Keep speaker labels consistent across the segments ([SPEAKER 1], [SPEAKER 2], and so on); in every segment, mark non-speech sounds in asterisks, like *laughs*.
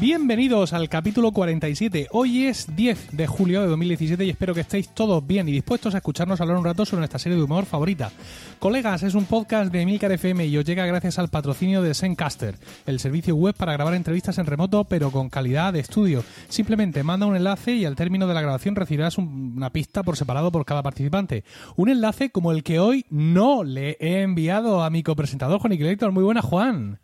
[SPEAKER 1] Bienvenidos al capítulo 47. Hoy es 10 de julio de 2017 y espero que estéis todos bien y dispuestos a escucharnos hablar un rato sobre nuestra serie de humor favorita. Colegas es un podcast de Emilcar FM y os llega gracias al patrocinio de Zencaster, el servicio web para grabar entrevistas en remoto pero con calidad de estudio. Simplemente manda un enlace y al término de la grabación recibirás un- una pista por separado por cada participante. Un enlace como el que hoy no le he enviado a mi copresentador Juan Iquilector. Muy buena, Juan.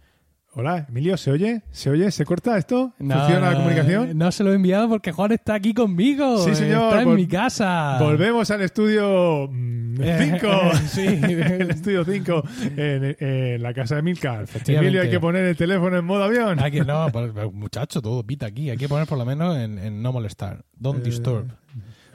[SPEAKER 2] Hola, Emilio, ¿se oye? ¿Se oye? ¿Se corta esto?
[SPEAKER 1] No,
[SPEAKER 2] ¿Funciona la
[SPEAKER 1] no,
[SPEAKER 2] comunicación?
[SPEAKER 1] No se lo he enviado porque Juan está aquí conmigo.
[SPEAKER 2] Sí, señor.
[SPEAKER 1] Está en
[SPEAKER 2] Vol-
[SPEAKER 1] mi casa.
[SPEAKER 2] Volvemos al estudio 5.
[SPEAKER 1] Eh, *laughs* eh, sí.
[SPEAKER 2] *laughs* el estudio 5 en, en la casa de Milcar.
[SPEAKER 1] Efectivamente.
[SPEAKER 2] Emilio, hay que poner el teléfono en modo avión.
[SPEAKER 1] Hay que- no, pues, muchacho, todo pita aquí. Hay que poner por lo menos en, en no molestar. Don't
[SPEAKER 2] Eh,
[SPEAKER 1] disturb.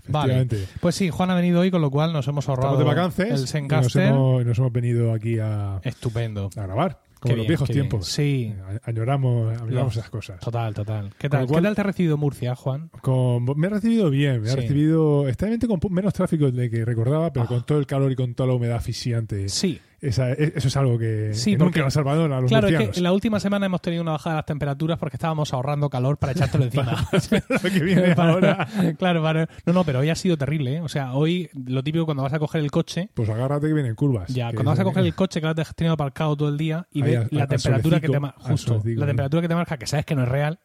[SPEAKER 1] Vale.
[SPEAKER 2] efectivamente.
[SPEAKER 1] Pues sí, Juan ha venido hoy, con lo cual nos hemos ahorrado
[SPEAKER 2] Estamos de vacances.
[SPEAKER 1] el
[SPEAKER 2] y nos,
[SPEAKER 1] Zencaster.
[SPEAKER 2] hemos, y nos hemos venido aquí a, a
[SPEAKER 1] Estupendo.
[SPEAKER 2] grabar,
[SPEAKER 1] Qué
[SPEAKER 2] como en
[SPEAKER 1] bien,
[SPEAKER 2] los viejos
[SPEAKER 1] qué bien.
[SPEAKER 2] tiempos.
[SPEAKER 1] Sí.
[SPEAKER 2] A- Añoramos, añoramos
[SPEAKER 1] Los-
[SPEAKER 2] esas cosas.
[SPEAKER 1] Total, total. ¿Qué
[SPEAKER 2] Con
[SPEAKER 1] tal?
[SPEAKER 2] lo cual-
[SPEAKER 1] ¿Qué tal te ha recibido Murcia, Juan?
[SPEAKER 2] Con- me ha recibido bien, me ha
[SPEAKER 1] Sí.
[SPEAKER 2] recibido extrañamente con po- menos tráfico de que recordaba, pero
[SPEAKER 1] Ah.
[SPEAKER 2] con todo el calor y con toda la humedad asfixiante.
[SPEAKER 1] Sí.
[SPEAKER 2] Esa- e- eso es algo que,
[SPEAKER 1] Sí,
[SPEAKER 2] que
[SPEAKER 1] porque-
[SPEAKER 2] nunca nos salvaron a los
[SPEAKER 1] Claro, es
[SPEAKER 2] murcianos.
[SPEAKER 1] que en la última semana hemos tenido una bajada de las temperaturas porque estábamos ahorrando calor para echártelo
[SPEAKER 2] *laughs*
[SPEAKER 1] encima.
[SPEAKER 2] Lo que viene
[SPEAKER 1] Para-
[SPEAKER 2] ahora.
[SPEAKER 1] *laughs* Claro, para- no, no, pero hoy ha sido terrible. ¿eh? O sea, hoy lo típico cuando vas a coger el coche,
[SPEAKER 2] Pues agárrate que vienen curvas.
[SPEAKER 1] ya,
[SPEAKER 2] Que-
[SPEAKER 1] cuando vas a coger el coche que lo has tenido aparcado todo el día y
[SPEAKER 2] Ahí
[SPEAKER 1] ves
[SPEAKER 2] al-
[SPEAKER 1] la
[SPEAKER 2] al
[SPEAKER 1] temperatura que te
[SPEAKER 2] solecito,
[SPEAKER 1] marca,
[SPEAKER 2] al
[SPEAKER 1] justo,
[SPEAKER 2] solecito,
[SPEAKER 1] la
[SPEAKER 2] ¿no?
[SPEAKER 1] temperatura que te marca, que sabes que no es real,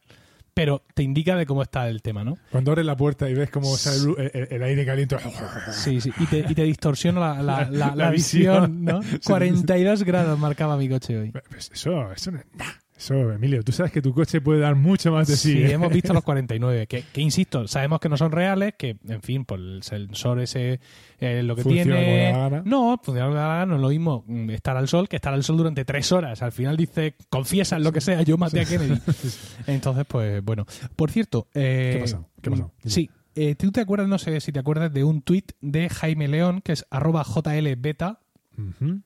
[SPEAKER 1] pero te indica de cómo está el tema, ¿no?
[SPEAKER 2] Cuando abres la puerta y ves cómo sale el, el- el aire caliente. *laughs*
[SPEAKER 1] Sí, sí, y te, y te distorsiona la, la- la-
[SPEAKER 2] Ah. La
[SPEAKER 1] la visión,
[SPEAKER 2] visión.
[SPEAKER 1] ¿no?
[SPEAKER 2] *laughs* Sí, sí, sí.
[SPEAKER 1] 42 grados marcaba mi coche hoy.
[SPEAKER 2] Pues eso, eso no es nada. Eso, Emilio, tú sabes que tu coche puede dar mucho *laughs* más de sí.
[SPEAKER 1] Sí,
[SPEAKER 2] ¿eh?
[SPEAKER 1] hemos visto los 49, que, que insisto, sabemos que no son reales, que en fin, por el sensor ese eh, lo que
[SPEAKER 2] Funciona como le
[SPEAKER 1] tiene.
[SPEAKER 2] da la gana.
[SPEAKER 1] No, funciona como le da la gana, no es lo mismo mm, estar al sol que estar al sol durante tres horas. Al final dice, confiesa lo que sea, yo maté a Kennedy.
[SPEAKER 2] *laughs*
[SPEAKER 1] Entonces, pues bueno. Por cierto, eh,
[SPEAKER 2] ¿Qué ha pasado? ¿Qué ha pasado?
[SPEAKER 1] mm, Sí. eh, ¿Tú te acuerdas, no sé si te acuerdas, de un tuit de Jaime León, que es arroba jlbeta,
[SPEAKER 2] Ujú.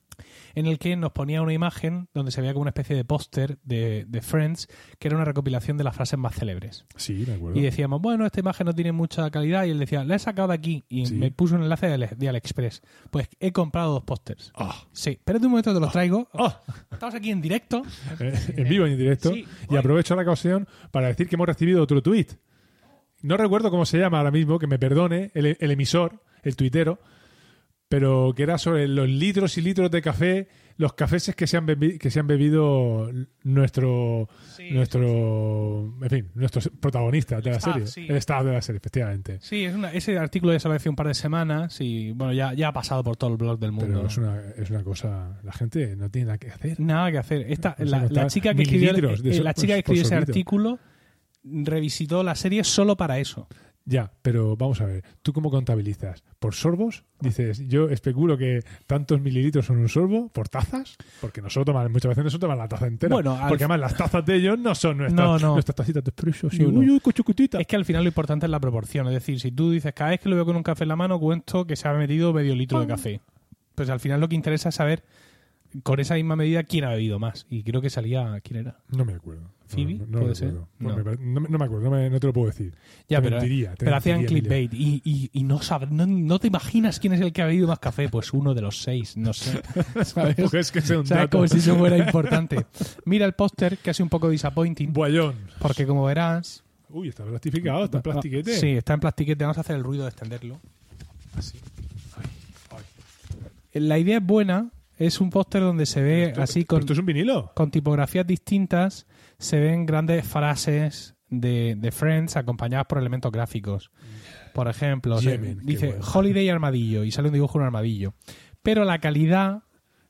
[SPEAKER 1] en el que nos ponía una imagen donde se veía como una especie de póster de, de Friends, que era una recopilación de las frases más célebres.
[SPEAKER 2] Sí, de acuerdo.
[SPEAKER 1] Y decíamos, bueno, esta imagen no tiene mucha calidad. Y él decía, la he sacado de aquí. Y
[SPEAKER 2] Sí.
[SPEAKER 1] me puso un enlace de, Ale- de AliExpress. Pues he comprado dos pósters.
[SPEAKER 2] Ah.
[SPEAKER 1] Sí, espérate un momento,
[SPEAKER 2] Oh.
[SPEAKER 1] te los traigo. Estamos aquí en directo.
[SPEAKER 2] Eh, en vivo y en directo.
[SPEAKER 1] Sí,
[SPEAKER 2] y
[SPEAKER 1] hoy.
[SPEAKER 2] aprovecho la ocasión para decir que hemos recibido otro tuit. No recuerdo cómo se llama ahora mismo, que me perdone, el, el emisor, el tuitero, pero que era sobre los litros y litros de café, los cafeses que se han, bebi- que se han bebido nuestro,
[SPEAKER 1] Sí,
[SPEAKER 2] nuestro, en fin, nuestros protagonistas de la
[SPEAKER 1] staff,
[SPEAKER 2] serie,
[SPEAKER 1] sí.
[SPEAKER 2] el staff de la serie, efectivamente.
[SPEAKER 1] Sí, es una- ese artículo ya se hace un par de semanas y bueno, ya, ya ha pasado por todo el blog del mundo.
[SPEAKER 2] Pero
[SPEAKER 1] ¿no?
[SPEAKER 2] es una, es una cosa, la gente no tiene nada que hacer.
[SPEAKER 1] Nada que hacer. Esta,
[SPEAKER 2] No sé,
[SPEAKER 1] la,
[SPEAKER 2] no está
[SPEAKER 1] la chica que escribió, el-
[SPEAKER 2] mililitros de
[SPEAKER 1] eh,
[SPEAKER 2] so-
[SPEAKER 1] la chica que
[SPEAKER 2] por- por
[SPEAKER 1] escribió ese
[SPEAKER 2] sorbito.
[SPEAKER 1] artículo revisitó la serie solo para eso.
[SPEAKER 2] Ya, pero vamos a ver, ¿tú cómo contabilizas? ¿Por sorbos? Dices, yo especulo que tantos mililitros son un sorbo, por tazas, porque nosotros toman, muchas veces nosotros toman la taza entera.
[SPEAKER 1] Bueno, al-
[SPEAKER 2] porque además las tazas de ellos no son nuestras,
[SPEAKER 1] No, Eh, no.
[SPEAKER 2] nuestras tacitas de espresso, sí,
[SPEAKER 1] No, no.
[SPEAKER 2] uy, uy, qué chiquitita.
[SPEAKER 1] Es que al final lo importante es la proporción. Es decir, si tú dices, cada vez que lo veo con un café en la mano, cuento que se ha metido medio litro de café. Pues al final lo que interesa es saber, con esa misma medida, quién ha bebido más. Y creo que salía, ¿quién era?
[SPEAKER 2] No me acuerdo.
[SPEAKER 1] ¿Phoebe?
[SPEAKER 2] No, no
[SPEAKER 1] ¿Puede
[SPEAKER 2] me
[SPEAKER 1] ser?
[SPEAKER 2] acuerdo. No.
[SPEAKER 1] No.
[SPEAKER 2] me pare- no me- no me acuerdo, no, me- no te lo puedo decir.
[SPEAKER 1] Ya,
[SPEAKER 2] Te
[SPEAKER 1] pero, eh,
[SPEAKER 2] mentiría, te
[SPEAKER 1] pero hacían
[SPEAKER 2] mentiría, Emilio.
[SPEAKER 1] clickbait y, y- y no, sab- no, no te imaginas quién es el que ha bebido más café. Pues uno de los seis, no
[SPEAKER 2] *laughs*
[SPEAKER 1] sé. *laughs* ¿Sabes?
[SPEAKER 2] Tampoco es que sea
[SPEAKER 1] O
[SPEAKER 2] un
[SPEAKER 1] sea,
[SPEAKER 2] dato.
[SPEAKER 1] como si eso fuera importante. Mira el póster, que ha sido un poco disappointing,
[SPEAKER 2] Buallón.
[SPEAKER 1] porque como verás...
[SPEAKER 2] Uy, está plastificado, está en plastiquete.
[SPEAKER 1] Ah, Sí, está en plastiquete. Vamos a hacer el ruido de extenderlo. Así. La idea es buena. Es un póster donde se ve así
[SPEAKER 2] Pero
[SPEAKER 1] con,
[SPEAKER 2] esto es un vinilo.
[SPEAKER 1] con tipografías distintas. Se ven grandes frases de, de Friends acompañadas por elementos gráficos. Por ejemplo, se-
[SPEAKER 2] Yemen, qué
[SPEAKER 1] dice
[SPEAKER 2] bueno.
[SPEAKER 1] Holiday Armadillo y sale un dibujo de un armadillo. Pero la calidad,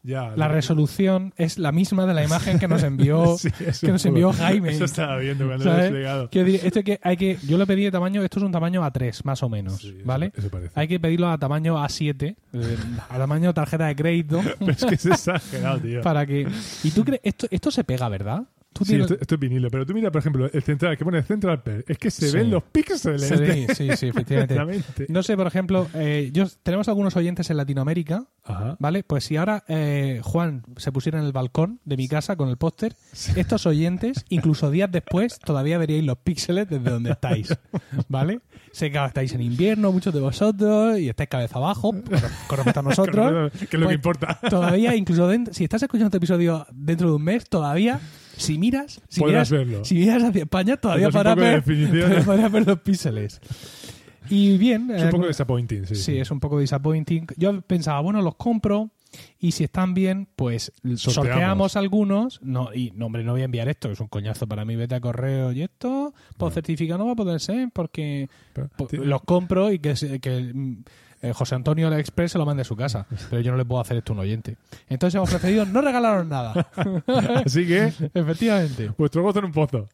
[SPEAKER 2] Ya,
[SPEAKER 1] la resolución es la misma de la imagen que nos envió,
[SPEAKER 2] *laughs* Sí, es
[SPEAKER 1] que
[SPEAKER 2] un
[SPEAKER 1] nos
[SPEAKER 2] poco-
[SPEAKER 1] envió Jaime.
[SPEAKER 2] Eso estaba viendo cuando lo he
[SPEAKER 1] ¿Sabes?
[SPEAKER 2] desplegado.
[SPEAKER 1] Quiero decir, esto que hay que, yo lo pedí de tamaño, esto es un tamaño A3 más o menos,
[SPEAKER 2] Sí, eso-
[SPEAKER 1] ¿vale?
[SPEAKER 2] eso parece. *laughs*
[SPEAKER 1] Hay que pedirlo a tamaño A7, eh, a tamaño
[SPEAKER 2] *laughs*
[SPEAKER 1] tarjeta de crédito,
[SPEAKER 2] Pero es que es exagerado, tío.
[SPEAKER 1] para que... ¿Y tú crees, esto, esto se pega, verdad? Tú
[SPEAKER 2] Sí,
[SPEAKER 1] tienes-
[SPEAKER 2] esto, esto es vinilo, pero tú mira, por ejemplo, el central, que pone Central Per, es que se
[SPEAKER 1] Sí.
[SPEAKER 2] ven los píxeles. *laughs*
[SPEAKER 1] Sí, sí, sí, efectivamente.
[SPEAKER 2] Exactamente.
[SPEAKER 1] No sé, por ejemplo, eh, yo, tenemos algunos oyentes en Latinoamérica,
[SPEAKER 2] Ajá.
[SPEAKER 1] ¿vale? Pues si ahora eh, Juan se pusiera en el balcón de mi casa con el póster, estos oyentes, incluso días después, todavía veríais los píxeles desde donde estáis, ¿vale? Sé que ahora estáis en invierno, muchos de vosotros, y estáis cabeza abajo, con
[SPEAKER 2] *laughs*
[SPEAKER 1] con respecto a nosotros.
[SPEAKER 2] Que es lo que
[SPEAKER 1] Pues,
[SPEAKER 2] importa.
[SPEAKER 1] Todavía, incluso dentro- si estás escuchando este episodio dentro de un mes, todavía, si miras, si
[SPEAKER 2] Podrás
[SPEAKER 1] miras,
[SPEAKER 2] verlo.
[SPEAKER 1] si miras hacia España, todavía
[SPEAKER 2] Es un
[SPEAKER 1] podrás
[SPEAKER 2] poco de
[SPEAKER 1] ver,
[SPEAKER 2] definición.
[SPEAKER 1] todavía podrás ver los píxeles. Y bien,
[SPEAKER 2] Es
[SPEAKER 1] eh,
[SPEAKER 2] un poco disappointing, sí.
[SPEAKER 1] sí, es un poco disappointing. Yo pensaba, bueno, los compro y si están bien, pues sorteamos, algunos. No, y no, hombre, no voy a enviar esto, es un coñazo para mí, vete a correo y esto, por certificado no va a poder ser porque
[SPEAKER 2] Pero-
[SPEAKER 1] po-
[SPEAKER 2] ti-
[SPEAKER 1] los compro y que, se- que mm, eh, José Antonio el Express se lo mande a su *laughs* casa, pero yo no le puedo hacer esto a un oyente. Entonces hemos procedido, no regalaron *laughs* nada.
[SPEAKER 2] Así que,
[SPEAKER 1] Efectivamente.
[SPEAKER 2] vuestro gozo en un pozo.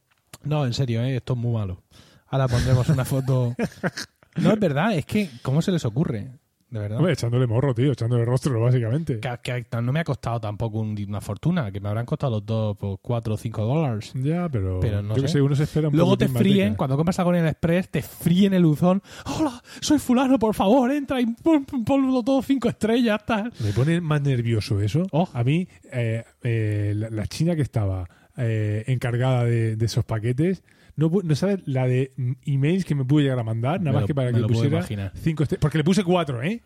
[SPEAKER 1] No, en serio, ¿eh? esto es muy malo. Ahora pondremos una foto. *laughs* No, es verdad, es que, ¿cómo se les ocurre? De verdad.
[SPEAKER 2] Hombre, echándole morro, tío, echándole rostro, básicamente.
[SPEAKER 1] Que, que no me ha costado tampoco un- una fortuna, que me habrán costado los dos por 4 o 5 dólares.
[SPEAKER 2] Ya, pero,
[SPEAKER 1] Pero no
[SPEAKER 2] yo que
[SPEAKER 1] sé.
[SPEAKER 2] sé, uno se espera un
[SPEAKER 1] Luego te
[SPEAKER 2] poquitín más de
[SPEAKER 1] fríen,
[SPEAKER 2] que-
[SPEAKER 1] cuando compras algo en el Express, te fríen el luzón. ¡Hola! Soy fulano, por favor, entra y pon- pon- ponlo todo cinco estrellas, tal.
[SPEAKER 2] Me pone más nervioso eso.
[SPEAKER 1] Oh.
[SPEAKER 2] A mí, eh, eh, la, la china que estaba eh, encargada de, de esos paquetes, no, pu- no sabes la de mm, emails que me pude llegar a mandar,
[SPEAKER 1] Me
[SPEAKER 2] nada más
[SPEAKER 1] lo-
[SPEAKER 2] que para
[SPEAKER 1] me
[SPEAKER 2] que
[SPEAKER 1] lo
[SPEAKER 2] le
[SPEAKER 1] puedo
[SPEAKER 2] pusiera
[SPEAKER 1] imaginar.
[SPEAKER 2] cinco estrellas. Porque le puse cuatro, ¿eh?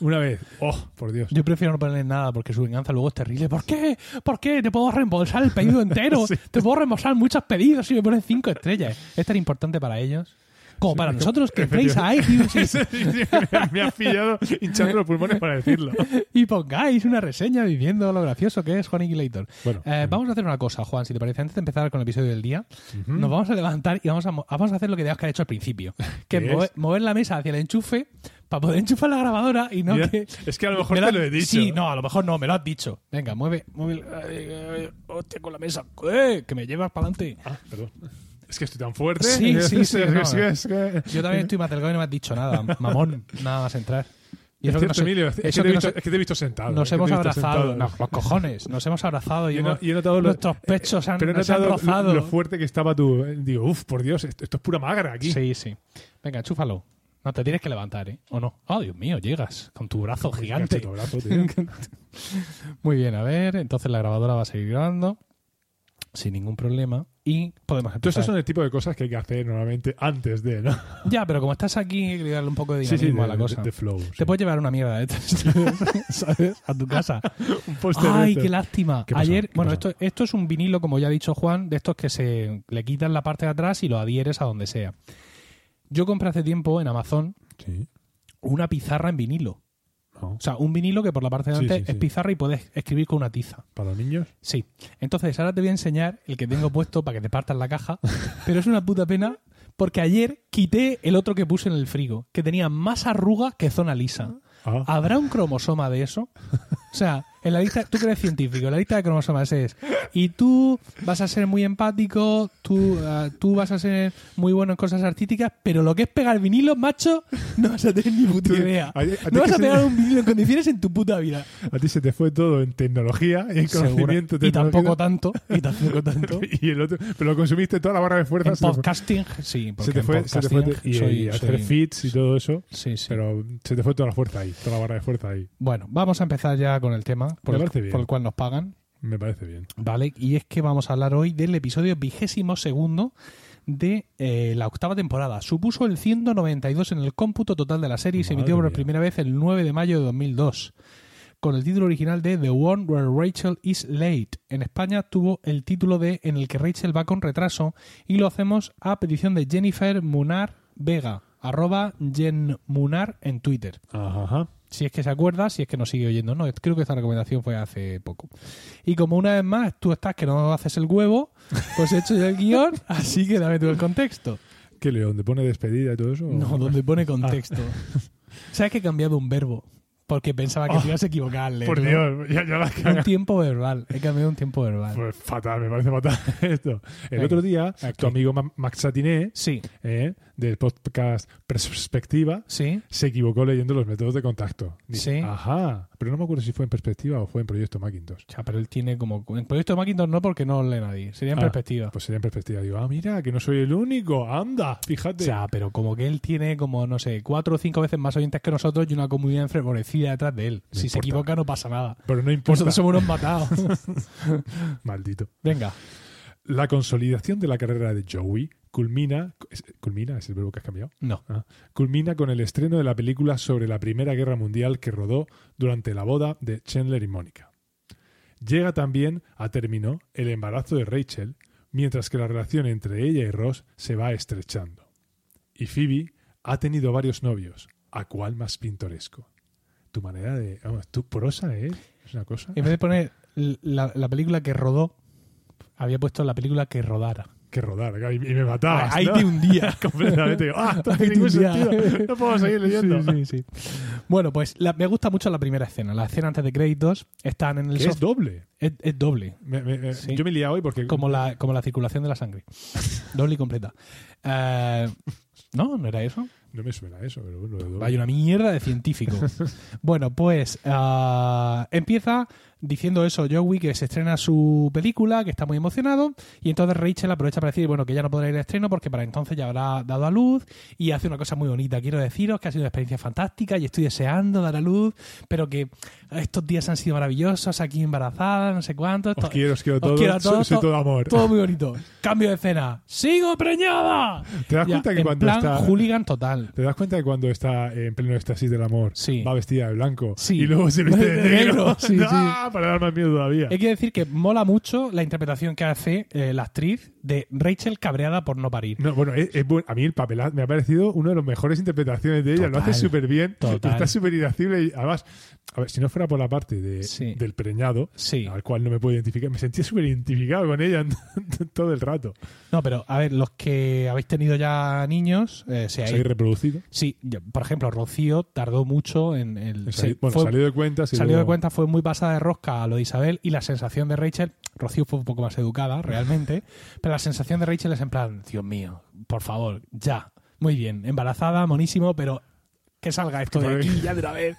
[SPEAKER 2] Una vez. Oh, por Dios.
[SPEAKER 1] Yo prefiero no ponerle nada porque su venganza luego es terrible. ¿Por qué? ¿Por qué? Te puedo reembolsar el pedido entero.
[SPEAKER 2] *laughs* Sí.
[SPEAKER 1] Te puedo reembolsar muchos pedidos si me pones cinco estrellas. Es tan importante para ellos. Como para nosotros que entréis a iTunes
[SPEAKER 2] *laughs* *laughs* Sí, sí, me, me has pillado hinchando los pulmones para decirlo.
[SPEAKER 1] y, y pongáis una reseña diciendo lo gracioso que es Juan Inquilator.
[SPEAKER 2] Bueno,
[SPEAKER 1] Eh, vamos a hacer una cosa, Juan, si te parece. Antes de empezar con el episodio del día, nos vamos a levantar y vamos a, mo- vamos a hacer lo que que ha hecho al
[SPEAKER 2] *laughs*
[SPEAKER 1] principio. Que es
[SPEAKER 2] ¿Qué
[SPEAKER 1] mover,
[SPEAKER 2] es?
[SPEAKER 1] mover la mesa hacia el enchufe para poder enchufar la grabadora y no
[SPEAKER 2] Mira,
[SPEAKER 1] que...
[SPEAKER 2] es que a lo mejor
[SPEAKER 1] me
[SPEAKER 2] te lo he dicho.
[SPEAKER 1] Sí, no, a lo mejor no, me lo has dicho. Venga, mueve, mueve... el- ay, ay, hostia, con la mesa. ¡Eh! Que me llevas para adelante.
[SPEAKER 2] Ah, perdón. Es que estoy tan fuerte.
[SPEAKER 1] Sí,
[SPEAKER 2] *laughs*
[SPEAKER 1] sí, sí,
[SPEAKER 2] Es que-
[SPEAKER 1] no.
[SPEAKER 2] es que- es que-
[SPEAKER 1] Yo también estoy más delgado y no me has dicho nada, mamón. Nada más entrar. Y
[SPEAKER 2] Es
[SPEAKER 1] eso que
[SPEAKER 2] cierto,
[SPEAKER 1] nos-
[SPEAKER 2] Emilio, es que
[SPEAKER 1] eso
[SPEAKER 2] te
[SPEAKER 1] que
[SPEAKER 2] he
[SPEAKER 1] nos-
[SPEAKER 2] visto- es que te he visto sentado. es
[SPEAKER 1] Nos
[SPEAKER 2] que te
[SPEAKER 1] hemos
[SPEAKER 2] he visto
[SPEAKER 1] abrazado,
[SPEAKER 2] sentado.
[SPEAKER 1] no, los cojones, nos hemos abrazado y,
[SPEAKER 2] Yo he no-
[SPEAKER 1] hemos-
[SPEAKER 2] yo he notado lo- eh,
[SPEAKER 1] nuestros pechos han,
[SPEAKER 2] Pero he
[SPEAKER 1] se han
[SPEAKER 2] notado lo-
[SPEAKER 1] rozado.
[SPEAKER 2] lo fuerte que estaba tú. Digo, uff, por Dios, esto, esto es pura magra aquí.
[SPEAKER 1] Sí, sí. Venga, chúfalo. No te tienes que levantar, ¿eh? ¿O no? ¡Oh, Dios mío! Llegas con tu brazo *laughs* gigante.
[SPEAKER 2] Cacho, brazo, tío.
[SPEAKER 1] Muy bien, a ver. Entonces la grabadora va a seguir grabando sin ningún problema y podemos
[SPEAKER 2] Todo esto
[SPEAKER 1] empezar.
[SPEAKER 2] son el tipo de cosas que hay que hacer normalmente antes de, ¿no?
[SPEAKER 1] Ya, pero como estás aquí, he querido darle un poco de dinamismo
[SPEAKER 2] de,
[SPEAKER 1] a la cosa.
[SPEAKER 2] de- de flow. sí.
[SPEAKER 1] Te puedes llevar una mierda de estas, *laughs* ¿sabes? A tu casa.
[SPEAKER 2] Un póster de
[SPEAKER 1] ¡Ay,
[SPEAKER 2] estos.
[SPEAKER 1] qué lástima!
[SPEAKER 2] Este ¿Qué pasó?
[SPEAKER 1] Ayer,
[SPEAKER 2] ¿Qué
[SPEAKER 1] bueno,
[SPEAKER 2] pasó?
[SPEAKER 1] esto, esto es un vinilo, como ya ha dicho Juan, de estos que se le quitan la parte de atrás y lo adhieres a donde sea. Yo compré hace tiempo en Amazon
[SPEAKER 2] Sí.
[SPEAKER 1] una pizarra en vinilo.
[SPEAKER 2] No.
[SPEAKER 1] O sea, un vinilo que por la parte de
[SPEAKER 2] Sí,
[SPEAKER 1] adelante
[SPEAKER 2] sí, sí.
[SPEAKER 1] es pizarra y puedes escribir con una tiza.
[SPEAKER 2] Para los niños.
[SPEAKER 1] Sí. Entonces, ahora te voy a enseñar el que tengo puesto para que te partas la caja,
[SPEAKER 2] *laughs*
[SPEAKER 1] pero es una puta pena porque ayer quité el otro que puse en el frigo, que tenía más arrugas que zona lisa.
[SPEAKER 2] Ah.
[SPEAKER 1] *laughs* ¿Habrá un cromosoma de eso? O sea, en la lista, tú que eres científico, en la lista de cromosomas es, y tú vas a ser muy empático, tú, ah, tú vas a ser muy bueno en cosas artísticas, pero lo que es pegar vinilo, macho, no vas a tener ni puta
[SPEAKER 2] Tú-
[SPEAKER 1] idea.
[SPEAKER 2] a- a ti
[SPEAKER 1] No vas
[SPEAKER 2] que
[SPEAKER 1] a
[SPEAKER 2] se- *laughs*
[SPEAKER 1] pegar un vinilo en condiciones en tu puta vida.
[SPEAKER 2] A ti se te fue todo en tecnología y en
[SPEAKER 1] Seguro.
[SPEAKER 2] conocimiento
[SPEAKER 1] Y tampoco
[SPEAKER 2] tecnológico.
[SPEAKER 1] tanto, y tampoco tanto.
[SPEAKER 2] *laughs* Y el otro, pero consumiste toda la barra de
[SPEAKER 1] En
[SPEAKER 2] fuerzas. se te fue-
[SPEAKER 1] podcasting, sí, porque
[SPEAKER 2] se te
[SPEAKER 1] en
[SPEAKER 2] fue, se te fue,
[SPEAKER 1] podcasting
[SPEAKER 2] y,
[SPEAKER 1] soy-
[SPEAKER 2] y hacer
[SPEAKER 1] soy-
[SPEAKER 2] fits y todo eso.
[SPEAKER 1] Sí, sí.
[SPEAKER 2] Pero se te fue toda la fuerza ahí, toda la barra de fuerza ahí.
[SPEAKER 1] Bueno, vamos a empezar ya con el tema por,
[SPEAKER 2] Me
[SPEAKER 1] el-
[SPEAKER 2] parece bien.
[SPEAKER 1] por el cual nos pagan.
[SPEAKER 2] Me parece bien.
[SPEAKER 1] Vale, y es que vamos a hablar hoy del episodio vigésimo segundo de eh, la octava temporada. Supuso el 192 en el cómputo total de la serie y se
[SPEAKER 2] Madre
[SPEAKER 1] emitió por
[SPEAKER 2] mía.
[SPEAKER 1] primera vez el 9 de mayo de 2002, con el título original de The One Where Rachel Is Late. En España tuvo el título de En el que Rachel va con retraso y lo hacemos a petición de Jennifer Munar Vega, arroba Munar en Twitter.
[SPEAKER 2] Ajá.
[SPEAKER 1] Si es que se acuerda, si es que nos sigue oyendo. No, creo que esta recomendación fue hace poco. Y como una vez más tú estás que no haces el huevo, pues he hecho yo el guión, así que dame tú el contexto.
[SPEAKER 2] ¿Qué leo? ¿Dónde pone despedida y todo eso?
[SPEAKER 1] No, donde pone contexto. Ah. ¿Sabes que he cambiado un verbo? Porque pensaba que te ibas a equivocar. Leo.
[SPEAKER 2] Por Dios, ya, ya la
[SPEAKER 1] Un
[SPEAKER 2] cagas.
[SPEAKER 1] tiempo verbal. He cambiado un tiempo verbal.
[SPEAKER 2] Pues fatal, me parece fatal *laughs* esto. El
[SPEAKER 1] Venga,
[SPEAKER 2] otro día,
[SPEAKER 1] aquí.
[SPEAKER 2] tu amigo Ma- Max Satiné,
[SPEAKER 1] Sí,
[SPEAKER 2] eh, del podcast Perspectiva,
[SPEAKER 1] sí.
[SPEAKER 2] se equivocó leyendo los métodos de contacto. Dice,
[SPEAKER 1] Sí.
[SPEAKER 2] Ajá, pero no me acuerdo si fue en perspectiva o fue en Proyecto Macintosh.
[SPEAKER 1] O sea, pero él tiene como. En proyecto de Macintosh no porque no lee nadie, sería en
[SPEAKER 2] Ah,
[SPEAKER 1] perspectiva.
[SPEAKER 2] Pues sería en perspectiva. Digo, ah, mira, que no soy el único. Anda, fíjate.
[SPEAKER 1] O sea, pero como que él tiene como, no sé, cuatro o cinco veces más oyentes que nosotros y una comunidad enfervorecida detrás de él.
[SPEAKER 2] No
[SPEAKER 1] si se
[SPEAKER 2] importa.
[SPEAKER 1] equivoca no pasa nada.
[SPEAKER 2] pero no importa.
[SPEAKER 1] Nosotros somos unos matados.
[SPEAKER 2] *laughs* Maldito.
[SPEAKER 1] Venga.
[SPEAKER 2] La consolidación de la carrera de Joey culmina. es- ¿Culmina? ¿Es el verbo que has cambiado?
[SPEAKER 1] No.
[SPEAKER 2] Ah. Culmina con el estreno de la película sobre la Primera Guerra Mundial que rodó durante la boda de Chandler y Mónica. Llega también a término el embarazo de Rachel, mientras que la relación entre ella y Ross se va estrechando. Y Phoebe ha tenido varios novios, a cuál más pintoresco. Tu manera de. Vamos, tu prosa, ¿eh? Es una cosa.
[SPEAKER 1] En vez de poner la, la película que rodó, había puesto la película que rodara.
[SPEAKER 2] Que rodar, y y me matabas.
[SPEAKER 1] Ahí
[SPEAKER 2] Ah, ¿no?
[SPEAKER 1] te
[SPEAKER 2] *laughs*
[SPEAKER 1] hundía.
[SPEAKER 2] Completamente. Digo, ¡Ah! Esto no
[SPEAKER 1] Ahí *laughs*
[SPEAKER 2] tiene ningún
[SPEAKER 1] te hundía.
[SPEAKER 2] sentido. No puedo seguir leyendo.
[SPEAKER 1] Sí, sí, sí. Bueno, pues la- me gusta mucho la primera escena. La escena antes de créditos están en el
[SPEAKER 2] Que es
[SPEAKER 1] sofá.
[SPEAKER 2] doble.
[SPEAKER 1] Es, es doble.
[SPEAKER 2] Me- me- me-
[SPEAKER 1] Sí.
[SPEAKER 2] Yo me he liado hoy porque.
[SPEAKER 1] Como la, como la circulación de la
[SPEAKER 2] *laughs*
[SPEAKER 1] sangre. Doble y completa. Eh, no, no era eso.
[SPEAKER 2] No me suena eso, pero bueno. lo-
[SPEAKER 1] Hay una mierda de
[SPEAKER 2] *laughs*
[SPEAKER 1] científico. Bueno, pues ah, empieza diciendo eso Joey, que se estrena su película, que está muy emocionado, y entonces Rachel aprovecha para decir, bueno, que ya no podrá ir al estreno porque para entonces ya habrá dado a luz y hace una cosa muy bonita. Quiero deciros que ha sido una experiencia fantástica y estoy deseando dar a luz, pero que estos días han sido maravillosos, aquí embarazada, no sé cuánto.
[SPEAKER 2] Os
[SPEAKER 1] esto-
[SPEAKER 2] quiero, os quiero
[SPEAKER 1] os
[SPEAKER 2] todo.
[SPEAKER 1] quiero a
[SPEAKER 2] soy-
[SPEAKER 1] todos,
[SPEAKER 2] soy
[SPEAKER 1] to-
[SPEAKER 2] todo amor.
[SPEAKER 1] todo muy bonito. Cambio de escena. ¡Sigo preñada!
[SPEAKER 2] ¿Te das
[SPEAKER 1] Ya,
[SPEAKER 2] cuenta que
[SPEAKER 1] en
[SPEAKER 2] cuando
[SPEAKER 1] plan
[SPEAKER 2] está-
[SPEAKER 1] hooligan total.
[SPEAKER 2] ¿Te das cuenta que cuando está en pleno éxtasis del amor
[SPEAKER 1] Sí.
[SPEAKER 2] va vestida de blanco
[SPEAKER 1] Sí.
[SPEAKER 2] y luego
[SPEAKER 1] *laughs*
[SPEAKER 2] se viste
[SPEAKER 1] De
[SPEAKER 2] de
[SPEAKER 1] negro,
[SPEAKER 2] negro?
[SPEAKER 1] sí,
[SPEAKER 2] *laughs*
[SPEAKER 1] Eh,
[SPEAKER 2] ¡Ah! Para dar más miedo todavía.
[SPEAKER 1] Hay que decir que mola mucho la interpretación que hace eh, la actriz de Rachel cabreada por no parir.
[SPEAKER 2] No, bueno, es, es buen- a mí el papelazo me ha parecido una de las mejores interpretaciones de ella. Lo hace
[SPEAKER 1] Total,
[SPEAKER 2] súper bien,
[SPEAKER 1] total.
[SPEAKER 2] está súper irascible. Y además, a ver, si no fuera por la parte de-
[SPEAKER 1] Sí.
[SPEAKER 2] del preñado,
[SPEAKER 1] Sí.
[SPEAKER 2] al cual no me puedo identificar, me sentía súper identificado con ella *laughs* todo el rato.
[SPEAKER 1] No, pero a ver, los que habéis tenido ya niños, eh, si hay-
[SPEAKER 2] Seguir reproducido.
[SPEAKER 1] sí, yo- por ejemplo, Rocío tardó mucho en el.
[SPEAKER 2] Sali-
[SPEAKER 1] se-
[SPEAKER 2] bueno,
[SPEAKER 1] fue-
[SPEAKER 2] salió de cuenta. sí,
[SPEAKER 1] salió de
[SPEAKER 2] luego-
[SPEAKER 1] cuenta, fue muy pasada de rosca a lo de Isabel y la sensación de Rachel, Rocío fue un poco más educada,
[SPEAKER 2] *laughs*
[SPEAKER 1] realmente, pero la sensación de Rachel es en plan, Dios mío, por favor, ya, muy bien, embarazada, monísimo, pero que salga esto de aquí ya de una vez.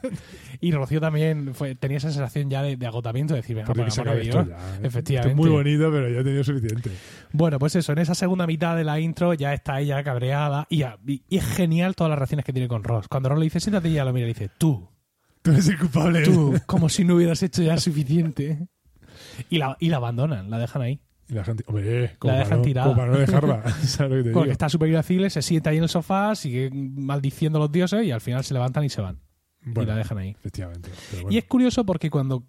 [SPEAKER 1] Y Rocío también fue, tenía esa sensación ya de, de agotamiento, de decir, venga,
[SPEAKER 2] *laughs*
[SPEAKER 1] pues
[SPEAKER 2] Porque
[SPEAKER 1] por el
[SPEAKER 2] se
[SPEAKER 1] amor de
[SPEAKER 2] acabe esto
[SPEAKER 1] Dios.
[SPEAKER 2] ya, ¿eh?
[SPEAKER 1] Efectivamente.
[SPEAKER 2] Esto es muy bonito, pero ya he tenido suficiente. *laughs*
[SPEAKER 1] Bueno, pues eso, en esa segunda mitad de la intro ya está ella cabreada y, a- y- y es genial todas las reacciones que tiene con Ross. Cuando Ross le dice, siéntate y ella lo mira y le dice, tú,
[SPEAKER 2] Tú eres el culpable. *laughs*
[SPEAKER 1] Tú, como si no hubieras hecho ya suficiente. Y la, y la abandonan, la dejan ahí.
[SPEAKER 2] Y la gente, hombre, eh, como,
[SPEAKER 1] La
[SPEAKER 2] para
[SPEAKER 1] dejan
[SPEAKER 2] no,
[SPEAKER 1] tirada.
[SPEAKER 2] como para no dejarla.
[SPEAKER 1] *laughs*
[SPEAKER 2] *laughs* ¿Sabes lo que te
[SPEAKER 1] Porque
[SPEAKER 2] digo?
[SPEAKER 1] está súper irascible, se sienta ahí en el sofá, sigue maldiciendo a los dioses y al final se levantan y se van.
[SPEAKER 2] Bueno,
[SPEAKER 1] Y la dejan ahí.
[SPEAKER 2] Efectivamente. pero
[SPEAKER 1] Y
[SPEAKER 2] bueno.
[SPEAKER 1] es curioso porque cuando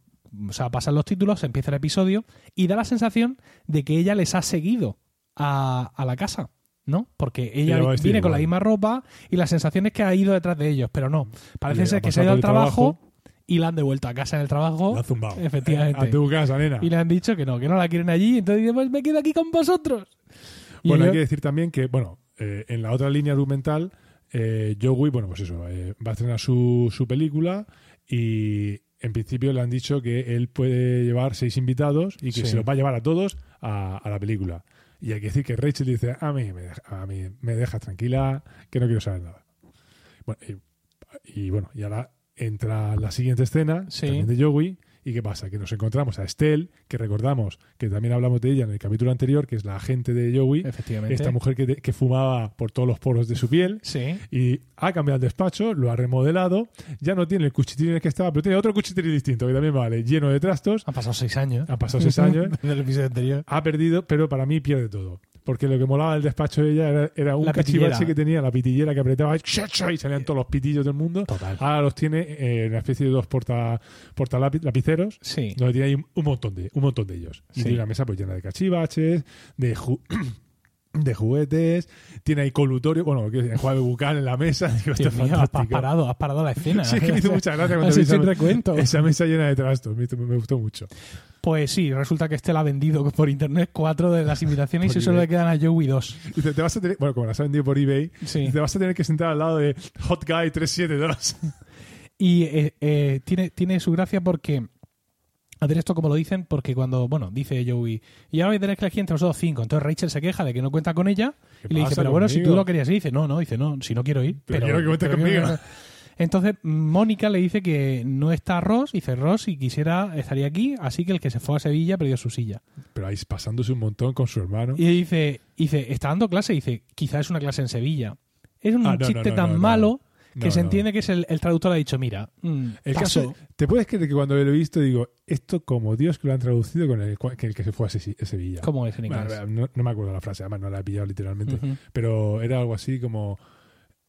[SPEAKER 1] o sea, pasan los títulos, empieza el episodio y da la sensación de que ella les ha seguido a, a la casa, ¿no? Porque ella
[SPEAKER 2] Ella va vestida
[SPEAKER 1] viene con la
[SPEAKER 2] igual.
[SPEAKER 1] misma ropa y la sensación es que ha ido detrás de ellos, pero no.
[SPEAKER 2] Le
[SPEAKER 1] Parece
[SPEAKER 2] ha
[SPEAKER 1] ser que se
[SPEAKER 2] pasado
[SPEAKER 1] ha ido
[SPEAKER 2] por
[SPEAKER 1] al
[SPEAKER 2] el
[SPEAKER 1] trabajo, y la han devuelto a casa en el trabajo.
[SPEAKER 2] La ha zumbado.
[SPEAKER 1] Efectivamente.
[SPEAKER 2] A tu casa, nena.
[SPEAKER 1] Y le han dicho que no, que no la quieren allí. Entonces dice, pues me quedo aquí con vosotros. Y
[SPEAKER 2] Bueno,
[SPEAKER 1] yo-
[SPEAKER 2] hay que decir también que, bueno, eh, en la otra línea argumental, eh, Joey, bueno, pues eso, eh, va a estrenar su, su película y en principio le han dicho que él puede llevar seis invitados y que
[SPEAKER 1] Sí.
[SPEAKER 2] se los va a llevar a todos a, a la película. Y hay que decir que Rachel dice, a mí me, deja- a mí me dejas tranquila, que no quiero saber nada. Bueno, y, y bueno, y ahora entra la siguiente escena,
[SPEAKER 1] Sí.
[SPEAKER 2] también de Joey, y ¿qué pasa? Que nos encontramos a Estelle, que recordamos que también hablamos de ella en el capítulo anterior, que es la agente de Joey,
[SPEAKER 1] Efectivamente.
[SPEAKER 2] esta mujer que, te- que fumaba por todos los poros de su piel
[SPEAKER 1] Sí.
[SPEAKER 2] y ha cambiado el despacho, lo ha remodelado, ya no tiene el cuchitril en el que estaba, pero tiene otro cuchitril distinto que también vale, lleno de trastos,
[SPEAKER 1] Han pasado seis años.
[SPEAKER 2] han
[SPEAKER 1] *laughs*
[SPEAKER 2] pasado *laughs* seis años,
[SPEAKER 1] Del episodio anterior.
[SPEAKER 2] ha perdido, pero para mí pierde todo. Porque lo que molaba del despacho de ella era, era un
[SPEAKER 1] La pitillera. Eh.
[SPEAKER 2] cachivache que tenía, la pitillera que apretaba y salían todos los pitillos del mundo.
[SPEAKER 1] Total.
[SPEAKER 2] Ahora los tiene eh, en una especie de dos porta, portalapi- lapiceros
[SPEAKER 1] Sí.
[SPEAKER 2] donde tiene ahí un un montón de, un montón de ellos. Y
[SPEAKER 1] Sí.
[SPEAKER 2] tiene una mesa pues llena de cachivaches, de ju- *coughs* de juguetes, tiene ahí colutorio, bueno, que tiene juego de bucal en la mesa, *laughs* digo, esto
[SPEAKER 1] Dios
[SPEAKER 2] es
[SPEAKER 1] mío, has, has
[SPEAKER 2] fantástico.
[SPEAKER 1] parado, has parado la escena.
[SPEAKER 2] Sí, es que me
[SPEAKER 1] *laughs*
[SPEAKER 2] hizo mucha gracia cuando
[SPEAKER 1] Has
[SPEAKER 2] vi
[SPEAKER 1] hecho un
[SPEAKER 2] *laughs* esa-
[SPEAKER 1] recuento.
[SPEAKER 2] Esa mesa llena de trastos, me, hizo- me gustó mucho.
[SPEAKER 1] Pues sí, resulta que este la ha vendido por internet cuatro de las invitaciones y
[SPEAKER 2] Por
[SPEAKER 1] se solo
[SPEAKER 2] eBay.
[SPEAKER 1] le quedan a Joey dos.
[SPEAKER 2] Dice, te vas a tener, bueno, como las han vendido por eBay,
[SPEAKER 1] Sí.
[SPEAKER 2] te vas a tener que sentar al lado de Hot Guy 372.
[SPEAKER 1] Y eh, eh, tiene, tiene su gracia porque. Hacer esto como lo dicen, porque cuando, bueno, dice Joey, y ahora vais a tener que elegir entre vosotros cinco. Entonces Rachel se queja de que no cuenta con ella
[SPEAKER 2] *laughs* ¿Qué
[SPEAKER 1] y le dice,
[SPEAKER 2] pasa
[SPEAKER 1] pero bueno, si tú
[SPEAKER 2] conmigo?
[SPEAKER 1] lo querías ir, dice, no, no, dice, no, si no quiero ir.
[SPEAKER 2] Pero quiero que cuentes
[SPEAKER 1] pero quiero
[SPEAKER 2] conmigo.
[SPEAKER 1] que- *laughs* Entonces Mónica le dice que no está Ross, y dice Ross si quisiera estaría aquí, así que el que se fue a Sevilla perdió su silla.
[SPEAKER 2] Pero ahí pasándose un montón con su hermano.
[SPEAKER 1] Y dice, dice, está dando clase, dice, quizás es una clase en Sevilla. Es un
[SPEAKER 2] Ah, no, no,
[SPEAKER 1] chiste
[SPEAKER 2] no,
[SPEAKER 1] tan
[SPEAKER 2] no, no.
[SPEAKER 1] malo que
[SPEAKER 2] No,
[SPEAKER 1] se
[SPEAKER 2] no.
[SPEAKER 1] entiende que es el, el traductor ha dicho, mira, mm,
[SPEAKER 2] El
[SPEAKER 1] paso".
[SPEAKER 2] caso, ¿te puedes creer que cuando lo he visto digo, esto como Dios que lo han traducido con el, cua- que, el que se fue a Se- a Sevilla?
[SPEAKER 1] ¿Cómo es en
[SPEAKER 2] Bueno,
[SPEAKER 1] inglés?
[SPEAKER 2] no, no me acuerdo la frase, además no la he pillado literalmente,
[SPEAKER 1] Ujú.
[SPEAKER 2] pero era algo así como,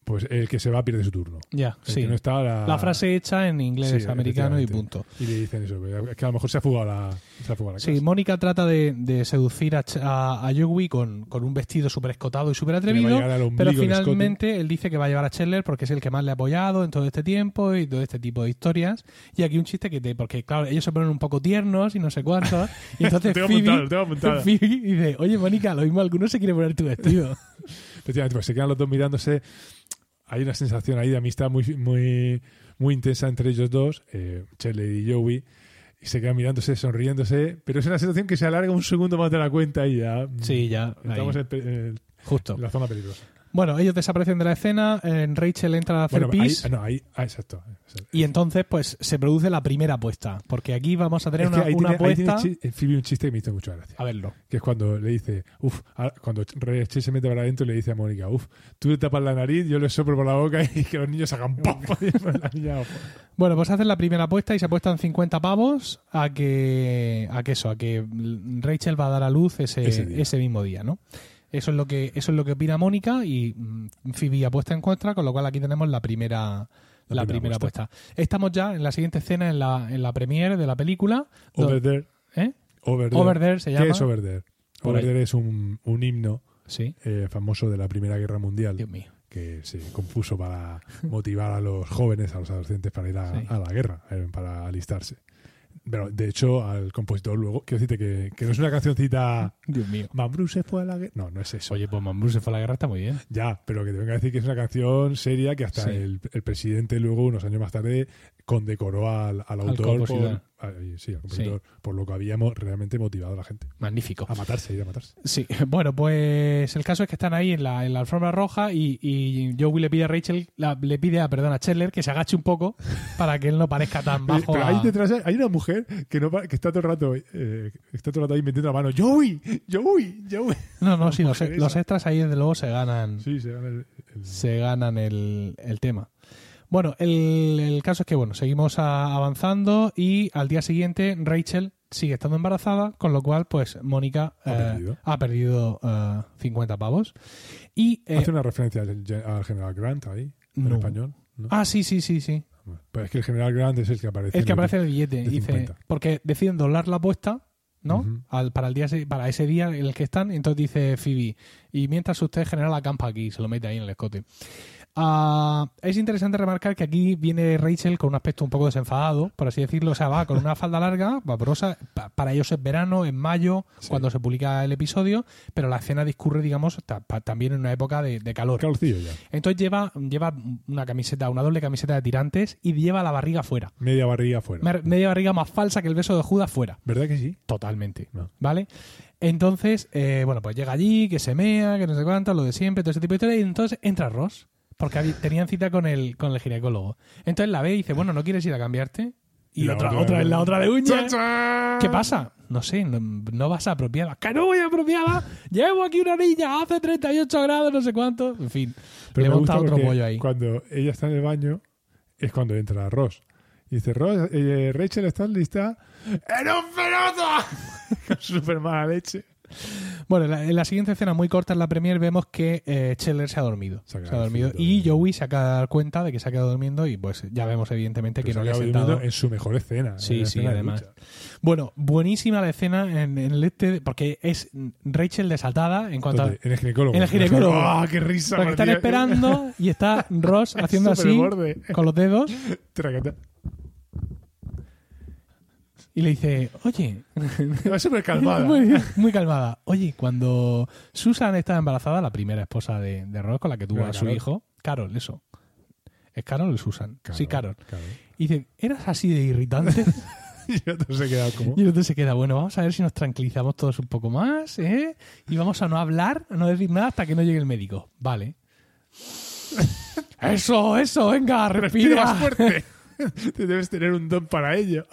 [SPEAKER 2] pues el que se va pierde su turno.
[SPEAKER 1] Ya,
[SPEAKER 2] El
[SPEAKER 1] sí.
[SPEAKER 2] que no está la...
[SPEAKER 1] La frase hecha en inglés
[SPEAKER 2] Sí,
[SPEAKER 1] americano y
[SPEAKER 2] efectivamente.
[SPEAKER 1] punto.
[SPEAKER 2] Y le dicen eso, pero es que a lo mejor se ha fugado la, se ha fugado la
[SPEAKER 1] Sí,
[SPEAKER 2] clase.
[SPEAKER 1] Mónica trata de, de seducir a, Ch- a, a Joey con, con un vestido súper escotado y súper
[SPEAKER 2] Que le va a
[SPEAKER 1] atrevido.
[SPEAKER 2] llegar al ombligo
[SPEAKER 1] Pero
[SPEAKER 2] el escote.
[SPEAKER 1] finalmente él dice que va a llevar a Chandler porque es el que más le ha apoyado en todo este tiempo y todo este tipo de historias. Y aquí un chiste que te. Porque, claro, ellos se ponen un poco tiernos y no sé
[SPEAKER 2] *laughs*
[SPEAKER 1] cuántos. Y entonces.
[SPEAKER 2] Lo tengo
[SPEAKER 1] Phoebe-
[SPEAKER 2] apuntado, lo tengo
[SPEAKER 1] *laughs*
[SPEAKER 2] apuntado.
[SPEAKER 1] Phoebe dice: Oye, Mónica, lo mismo alguno se quiere poner tu vestido.
[SPEAKER 2] Mm. Efectivamente, pues se quedan los dos mirándose. Hay una sensación ahí de amistad muy, muy, muy intensa entre ellos dos, eh, Shelley y Joey. Y se quedan mirándose, sonriéndose. Pero es una sensación que se alarga un segundo más de la cuenta y ya. mm,
[SPEAKER 1] Sí, ya. ahí,
[SPEAKER 2] Estamos en, pe- en
[SPEAKER 1] justo.
[SPEAKER 2] la zona peligrosa.
[SPEAKER 1] Bueno, ellos desaparecen de la escena. eh, Rachel entra a hacer
[SPEAKER 2] Bueno, ahí,
[SPEAKER 1] pis.
[SPEAKER 2] ah, no, ahí, ah, exacto. exacto.
[SPEAKER 1] Y entonces, pues, se produce la primera apuesta. Porque aquí vamos a tener
[SPEAKER 2] Es que
[SPEAKER 1] una,
[SPEAKER 2] ahí
[SPEAKER 1] una
[SPEAKER 2] tiene- ahí tiene
[SPEAKER 1] apuesta.
[SPEAKER 2] chi- en Phoebe un chiste que me hizo mucha gracia.
[SPEAKER 1] A verlo.
[SPEAKER 2] Que es cuando le dice, uff, cuando Rachel se mete para adentro le dice a Mónica, uff, tú le tapas la nariz, yo le soplo por la boca *laughs* y que los niños hagan pop.
[SPEAKER 1] *laughs*
[SPEAKER 2] la niña,
[SPEAKER 1] Bueno, pues hacen la primera apuesta y se apuestan 50 pavos a que, a que eso, a que Rachel va a dar a luz ese,
[SPEAKER 2] Ese día.
[SPEAKER 1] ese mismo día, ¿no? Eso es lo que eso es lo que opina Mónica y mm, Phoebe apuesta en contra, con lo cual aquí tenemos la primera la, primera, apuesta. Estamos ya en la siguiente escena en la en la premiere de la película. do-
[SPEAKER 2] *laughs* over there.
[SPEAKER 1] ¿eh?
[SPEAKER 2] Over There.
[SPEAKER 1] Over There se llama.
[SPEAKER 2] ¿Qué es Over There?
[SPEAKER 1] Por
[SPEAKER 2] Over
[SPEAKER 1] ahí.
[SPEAKER 2] There es un, un himno
[SPEAKER 1] Sí.
[SPEAKER 2] eh, famoso de la Primera Guerra Mundial
[SPEAKER 1] Dios mío.
[SPEAKER 2] que se compuso *laughs* para motivar a los jóvenes, a los adolescentes para ir a,
[SPEAKER 1] Sí.
[SPEAKER 2] a la guerra, eh, para alistarse. Pero de hecho, al compositor luego, quiero decirte que, que no es una *laughs* cancioncita
[SPEAKER 1] Dios mío.
[SPEAKER 2] Mambrú se fue a la guerra. No, no es eso.
[SPEAKER 1] Oye, pues Mambrú se fue a la guerra, está muy bien.
[SPEAKER 2] Ya, pero que te venga a decir que es una canción seria que hasta
[SPEAKER 1] Sí.
[SPEAKER 2] el, el presidente luego, unos años más tarde, condecoró al, al autor,
[SPEAKER 1] compositor.
[SPEAKER 2] por, al- sí, al compositor, por lo que habíamos realmente motivado a la gente
[SPEAKER 1] Magnífico.
[SPEAKER 2] a matarse, ir a matarse.
[SPEAKER 1] Sí, *laughs* bueno, pues el caso es que están ahí en la, en la alfombra roja y, y Joey le pide a Rachel, la- le pide a, perdón, a Chandler que se agache un poco para que él no parezca
[SPEAKER 2] *laughs*
[SPEAKER 1] tan
[SPEAKER 2] Pero,
[SPEAKER 1] bajo.
[SPEAKER 2] pero
[SPEAKER 1] a-
[SPEAKER 2] ahí detrás hay una mujer que no pa- que está todo el rato eh, está todo el rato ahí metiendo la mano Joey Joey Joey
[SPEAKER 1] No, no, sí, los,
[SPEAKER 2] mujer
[SPEAKER 1] los
[SPEAKER 2] esa.
[SPEAKER 1] extras ahí desde luego se ganan,
[SPEAKER 2] sí se llama el- el-
[SPEAKER 1] se ganan el, el tema. Bueno, el, el caso es que, bueno, seguimos a- avanzando y al día siguiente Rachel sigue estando embarazada, con lo cual, pues, Mónica
[SPEAKER 2] Ha
[SPEAKER 1] eh,
[SPEAKER 2] perdido.
[SPEAKER 1] ha perdido eh, 50 pavos. Y, eh,
[SPEAKER 2] hace una referencia al, gen- al general Grant ahí en
[SPEAKER 1] No.
[SPEAKER 2] español ¿no?
[SPEAKER 1] ah, sí, sí, sí, sí.
[SPEAKER 2] pero es que el general Grant es el que aparece
[SPEAKER 1] El que
[SPEAKER 2] en el-
[SPEAKER 1] aparece en el billete.
[SPEAKER 2] de
[SPEAKER 1] dice,
[SPEAKER 2] 50.
[SPEAKER 1] porque deciden doblar la apuesta, ¿no?
[SPEAKER 2] Ujú.
[SPEAKER 1] Al- para, el día, se- para ese día en el que están. Y entonces dice Phoebe, y mientras usted genera la campa aquí, se lo mete ahí en el escote. Ah, es interesante remarcar que aquí viene Rachel con un aspecto un poco desenfadado, por así decirlo. O sea, va con una falda larga, vaporosa. Pa- para ellos es verano, en mayo,
[SPEAKER 2] Sí.
[SPEAKER 1] cuando se publica el episodio. Pero la escena discurre, digamos, ta- pa- también en una época de, de calor.
[SPEAKER 2] Calcillo ya
[SPEAKER 1] Entonces lleva, lleva una camiseta, una doble camiseta de tirantes y lleva la barriga fuera.
[SPEAKER 2] media barriga afuera
[SPEAKER 1] Mer- media barriga más falsa que el beso de Judas fuera.
[SPEAKER 2] verdad que sí
[SPEAKER 1] Totalmente.
[SPEAKER 2] No.
[SPEAKER 1] ¿Vale? Entonces, eh, bueno, pues llega allí, que se mea, que no sé cuánto, lo de siempre, todo ese tipo de historias. Y entonces entra Ross, porque había- tenían cita con el, con el ginecólogo. Entonces la ve y dice, bueno, ¿no quieres ir a cambiarte? Y
[SPEAKER 2] La
[SPEAKER 1] otra,
[SPEAKER 2] otra
[SPEAKER 1] otra,
[SPEAKER 2] de-
[SPEAKER 1] vez la otra de uña.
[SPEAKER 2] ¡Chan, chan!
[SPEAKER 1] ¿Qué pasa? No sé, no, no vas apropiada. ¡Que no voy apropiada! Llevo aquí una niña, hace 38 grados, no sé cuánto. En fin,
[SPEAKER 2] Pero
[SPEAKER 1] le
[SPEAKER 2] me
[SPEAKER 1] monta
[SPEAKER 2] gusta
[SPEAKER 1] otro
[SPEAKER 2] porque
[SPEAKER 1] pollo ahí.
[SPEAKER 2] Cuando ella está en el baño, es cuando entra Ross. Y dice, Ross, eh, Rachel, ¿estás lista? ¡Era un pelota! *laughs* Con Súper mala leche.
[SPEAKER 1] Bueno, en la, en la siguiente escena muy corta en la premier vemos que eh, Scheller se ha dormido.
[SPEAKER 2] Se ha
[SPEAKER 1] Se ha,
[SPEAKER 2] quedado
[SPEAKER 1] dormido.
[SPEAKER 2] dormido.
[SPEAKER 1] Y Joey se acaba de dar cuenta de que se ha quedado durmiendo y pues ya vemos evidentemente que
[SPEAKER 2] Pero
[SPEAKER 1] no le
[SPEAKER 2] Pues se
[SPEAKER 1] ha
[SPEAKER 2] acaba
[SPEAKER 1] sentado.
[SPEAKER 2] durmiendo eh. en su mejor escena.
[SPEAKER 1] Sí,
[SPEAKER 2] en la
[SPEAKER 1] sí,
[SPEAKER 2] escena de
[SPEAKER 1] además.
[SPEAKER 2] ducha.
[SPEAKER 1] Bueno, buenísima la escena en, en el este porque es Rachel desatada en cuanto
[SPEAKER 2] ¿Dónde?
[SPEAKER 1] a...
[SPEAKER 2] En el ginecólogo.
[SPEAKER 1] En el ginecólogo.
[SPEAKER 2] *laughs* ¡Ah, qué risa!
[SPEAKER 1] Porque están
[SPEAKER 2] tío! *laughs*
[SPEAKER 1] esperando y está Ross
[SPEAKER 2] Es
[SPEAKER 1] haciendo así
[SPEAKER 2] superborde.
[SPEAKER 1] con los dedos
[SPEAKER 2] Tracata.
[SPEAKER 1] y le dice, oye,
[SPEAKER 2] *laughs*
[SPEAKER 1] *laughs*
[SPEAKER 2] Va súper calmada.
[SPEAKER 1] Muy, muy calmada. Oye, cuando Susan estaba embarazada, la primera esposa de, de Ross con la que tuvo
[SPEAKER 2] Era
[SPEAKER 1] a su
[SPEAKER 2] Carol.
[SPEAKER 1] hijo, Carol, eso. ¿Es Carol o Susan? Sí, Carol.
[SPEAKER 2] claro.
[SPEAKER 1] Y dice, ¿eras así de
[SPEAKER 2] *laughs*
[SPEAKER 1] irritante?
[SPEAKER 2] Y *laughs* yo no sé quedado como...
[SPEAKER 1] y entonces se queda, bueno, vamos a ver si nos tranquilizamos todos un poco más, ¿eh?
[SPEAKER 2] *laughs*
[SPEAKER 1] Y vamos a no hablar, a no decir nada hasta que no llegue el médico. Vale. Eso, eso, venga,
[SPEAKER 2] Respira
[SPEAKER 1] respira.
[SPEAKER 2] más
[SPEAKER 1] *laughs*
[SPEAKER 2] fuerte. Te debes tener un don para ello.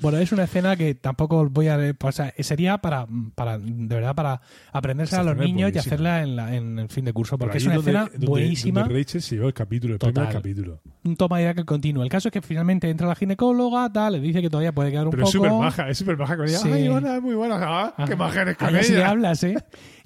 [SPEAKER 1] Bueno, es una escena que tampoco os voy a... O sea, sería para, para de verdad, para aprenderse
[SPEAKER 2] Esa
[SPEAKER 1] a los
[SPEAKER 2] escena es
[SPEAKER 1] niños y
[SPEAKER 2] buenísima.
[SPEAKER 1] hacerla en, la- en el fin de curso, porque
[SPEAKER 2] Pero
[SPEAKER 1] es
[SPEAKER 2] ahí
[SPEAKER 1] una
[SPEAKER 2] donde-
[SPEAKER 1] escena
[SPEAKER 2] donde-
[SPEAKER 1] buenísima,
[SPEAKER 2] Donde Rachel se llevó el capítulo, el primer
[SPEAKER 1] Total.
[SPEAKER 2] capítulo.
[SPEAKER 1] un toma y daca continuo. El caso es que finalmente entra la ginecóloga, tal, le dice que todavía puede quedar un
[SPEAKER 2] Pero es
[SPEAKER 1] poco...
[SPEAKER 2] súper maja, es súper maja con ella.
[SPEAKER 1] Sí.
[SPEAKER 2] Ay, hola, es muy buena. Ah,
[SPEAKER 1] Ajá.
[SPEAKER 2] qué maja eres
[SPEAKER 1] A
[SPEAKER 2] con
[SPEAKER 1] ella sí le
[SPEAKER 2] ella.
[SPEAKER 1] hablas, ¿eh?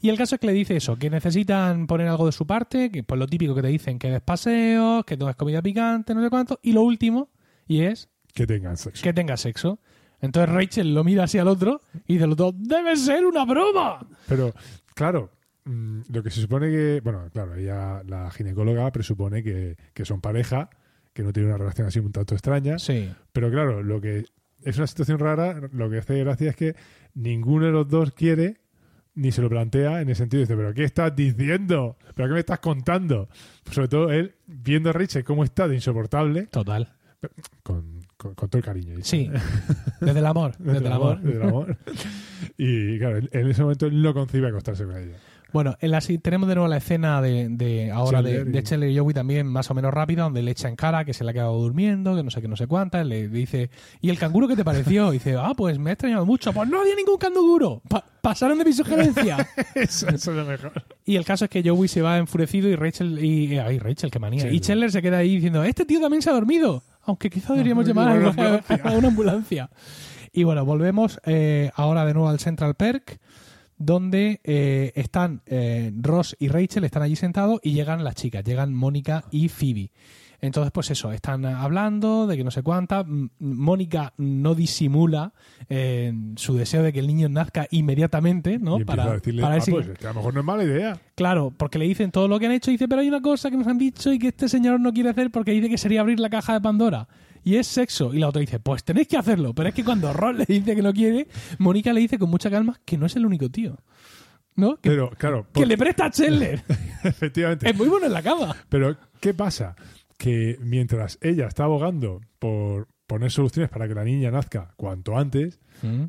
[SPEAKER 1] Y el caso es que le dice eso, que necesitan poner algo de su parte, que pues lo típico que te dicen que des paseos, que tomes comida picante, no sé cuánto, y lo último, y es
[SPEAKER 2] Que tengan sexo.
[SPEAKER 1] que tengas sexo. Entonces Rachel lo mira así al otro y dice el otro, ¡debe ser una broma!
[SPEAKER 2] Pero, claro, mm, lo que se supone que. Bueno, claro, ella, la ginecóloga presupone que, que son pareja, que no tienen una relación así un tanto extraña.
[SPEAKER 1] Sí.
[SPEAKER 2] Pero claro, lo que es una situación rara, lo que hace gracia es que ninguno de los dos quiere ni se lo plantea en el sentido de dice, pero ¿qué estás diciendo? ¿Pero qué me estás contando? Pues Sobre todo él viendo a Richie cómo está de insoportable,
[SPEAKER 1] Total.
[SPEAKER 2] con, con- con todo el cariño.
[SPEAKER 1] *laughs*
[SPEAKER 2] dice.
[SPEAKER 1] Sí. Desde el amor. Desde, el amor.
[SPEAKER 2] Desde el amor. Y claro, él- en ese momento él no concibe acostarse
[SPEAKER 1] *laughs*
[SPEAKER 2] con ella.
[SPEAKER 1] Bueno, en la, si- tenemos de nuevo la escena de, de ahora de,
[SPEAKER 2] Chandler y-
[SPEAKER 1] de Chandler y Joey también más o menos rápida, donde le echa en cara que se le ha quedado durmiendo, que no sé qué, no sé cuántas, le dice, ¿y el canguro qué te pareció? *laughs* Y dice, ah, pues me ha extrañado mucho. Pues no había ningún canguro. Pa- pasaron de mi sugerencia.
[SPEAKER 2] eso, eso es lo mejor.
[SPEAKER 1] y el caso es que Joey se va enfurecido y Rachel, y, eh, ay, Rachel, qué manía.
[SPEAKER 2] Chandler.
[SPEAKER 1] Y Chandler se queda ahí diciendo, este tío también se ha dormido. Aunque quizá deberíamos llamar a,
[SPEAKER 2] Ah, Una
[SPEAKER 1] *laughs* a una ambulancia. Y bueno, volvemos eh, ahora de nuevo al Central Perk, donde eh, están eh, Ross y Rachel, están allí sentados y llegan las chicas, llegan Mónica y Phoebe. Entonces, pues eso, están hablando de que no sé cuánta. M- Mónica no disimula eh, su deseo de que el niño nazca inmediatamente, ¿no?
[SPEAKER 2] Y empieza a decirle,
[SPEAKER 1] para ver
[SPEAKER 2] "Ah,
[SPEAKER 1] si-
[SPEAKER 2] pues, que a lo mejor no es mala idea.
[SPEAKER 1] Claro, porque le dicen todo lo que han hecho y dice, pero hay una cosa que nos han dicho y que este señor no quiere hacer porque dice que sería abrir la caja de Pandora. Y es sexo. Y la otra dice, pues tenéis que hacerlo. Pero es que cuando *laughs* Ross le dice que no quiere, Mónica le dice con mucha calma que no es el único tío. ¿No? Que,
[SPEAKER 2] Pero claro,
[SPEAKER 1] que
[SPEAKER 2] por-
[SPEAKER 1] le presta a Chandler.
[SPEAKER 2] *laughs* efectivamente.
[SPEAKER 1] es muy bueno en la cama.
[SPEAKER 2] Pero, ¿qué pasa? Que mientras ella está abogando por poner soluciones para que la niña nazca cuanto antes,